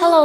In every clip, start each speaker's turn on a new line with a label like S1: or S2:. S1: Hello，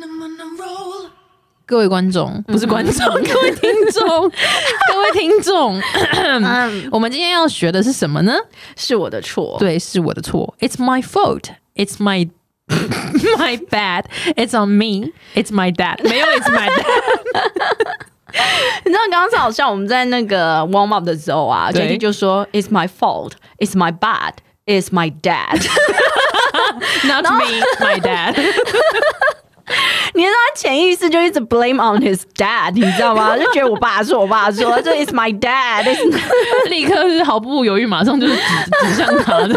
S2: 各位观众，不是观 众，各位听 众，各位听众， 我们今天要学嗯的是什么呢？
S1: 是我的错，
S2: 对，是我的错，It's my fault, It's my my bad, It's on me, It's my dad，没有 It's my dad，
S3: 你知道刚刚好像我们在那个 warm up 的时候啊
S2: 对
S3: ，JD 就说 "It's my fault, it's my bad, it's my dad"，
S2: Not me, my dad，
S3: 你知道他潜意识就一直 blame on his dad，你知道吗？就觉得我爸说，我爸说，就 "It's my dad"，it's my-"
S2: 立刻是毫不犹豫，马上就是指指向他的，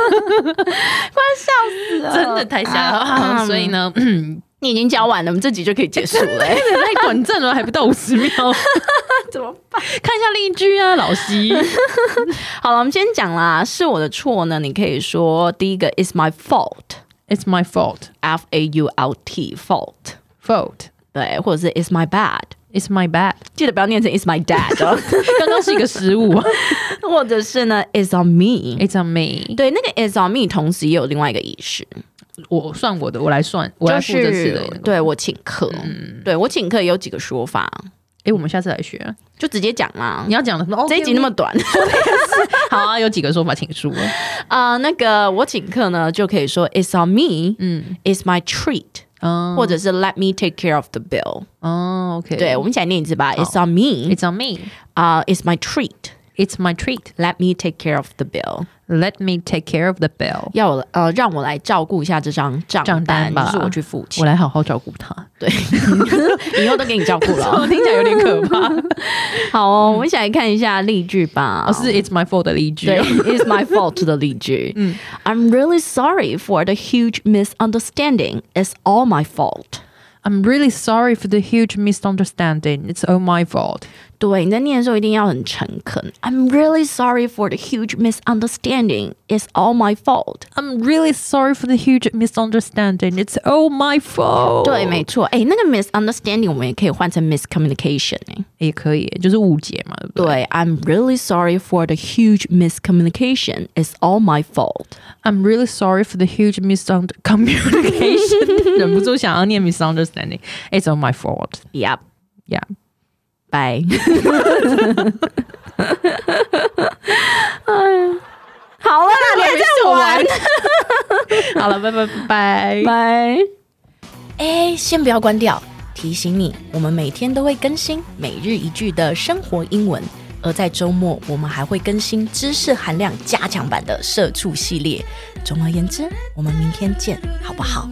S3: 快笑死了，
S2: 真的太瞎了。啊所以 呢，
S3: 你已经教完了，我们这集就可以结束了、 欸
S2: 太短暂了，还不到五十 秒，
S3: 怎么办？
S2: 看一下例句啊，老 西。
S3: 好了，我们先讲啦，是我的错呢，你可以说第一个 "It's my fault"，F
S2: It's my fault.
S3: A U L T fault，
S2: Fault.
S3: 对，或者是 "It's my bad"，
S2: It's my bad.
S3: 记得不要念成 "It's my dad"、哦。
S2: 刚刚是一个失误。
S3: 或者是呢，is on me。
S2: It's on me。
S3: 对，那个 is on me 同时也有另外一个意思，
S2: 我算我的，我来算，我来
S3: 就
S2: 负责是的
S3: 是
S2: 那个。
S3: 对我请客，对我请客有几个说法，
S2: 哎，我们下次来学。
S3: 就直接讲啦
S2: 你。要讲的什么？
S3: 这一集 那么短，
S2: 好啊，有几个说法，请说。
S3: 啊，那个我请客呢，就可以说 is on me，嗯，is my treat，
S2: 嗯，
S3: 或者是 let me take care of the bill。
S2: 哦，OK。
S3: 对，我们一起来念一次吧，is on me，
S2: ，It's on me.
S3: 啊，is my treat，let
S2: It's my treat.
S3: me take care of the bill。
S2: Let me take care of the bill.
S3: 要我呃，让我来照顾一下这张
S2: 账
S3: 账
S2: 单
S3: 单，
S2: 吧
S3: 就是我去付
S2: 我
S3: 钱。
S2: 来好好照顾 他。
S3: 对，以后都给你照顾了哦。
S2: 听起来有点可怕。
S3: 好哦，我们一起来看一下例句吧。
S2: 哦，是 It's my fault 的例句
S3: 对。，It's my fault 的例句。嗯，I'm really sorry for the huge misunderstanding. It's all my fault.
S2: I'm really sorry for the huge misunderstanding. It's all my fault.
S3: 对，你在念的时候一定要很诚恳。I'm really sorry for the huge misunderstanding. It's all my fault.
S2: I'm really sorry for the huge misunderstanding. It's all my fault.
S3: 对，没错。哎，那个 misunderstanding 我们也可以换成 miscommunication 哎。
S2: 也可以，就是误解嘛，对不对
S3: 对，I'm really sorry for the huge miscommunication. It's all my fault.
S2: ？I'm really sorry for the huge misunderstanding. 忍不住想要念 misunderstanding. It's all my fault.
S3: Yep.
S2: Yeah.
S3: Bye.
S1: 哎
S3: 好了啦，你还在 玩？
S2: 好了，拜拜拜拜。
S3: 拜。
S1: 哎，先不要关掉，提醒你，我们每天都会更新每日一句的生活英文，而在周末我们还会更新知识含量加强版的社畜系列。总而言之，我们明天见，好不好？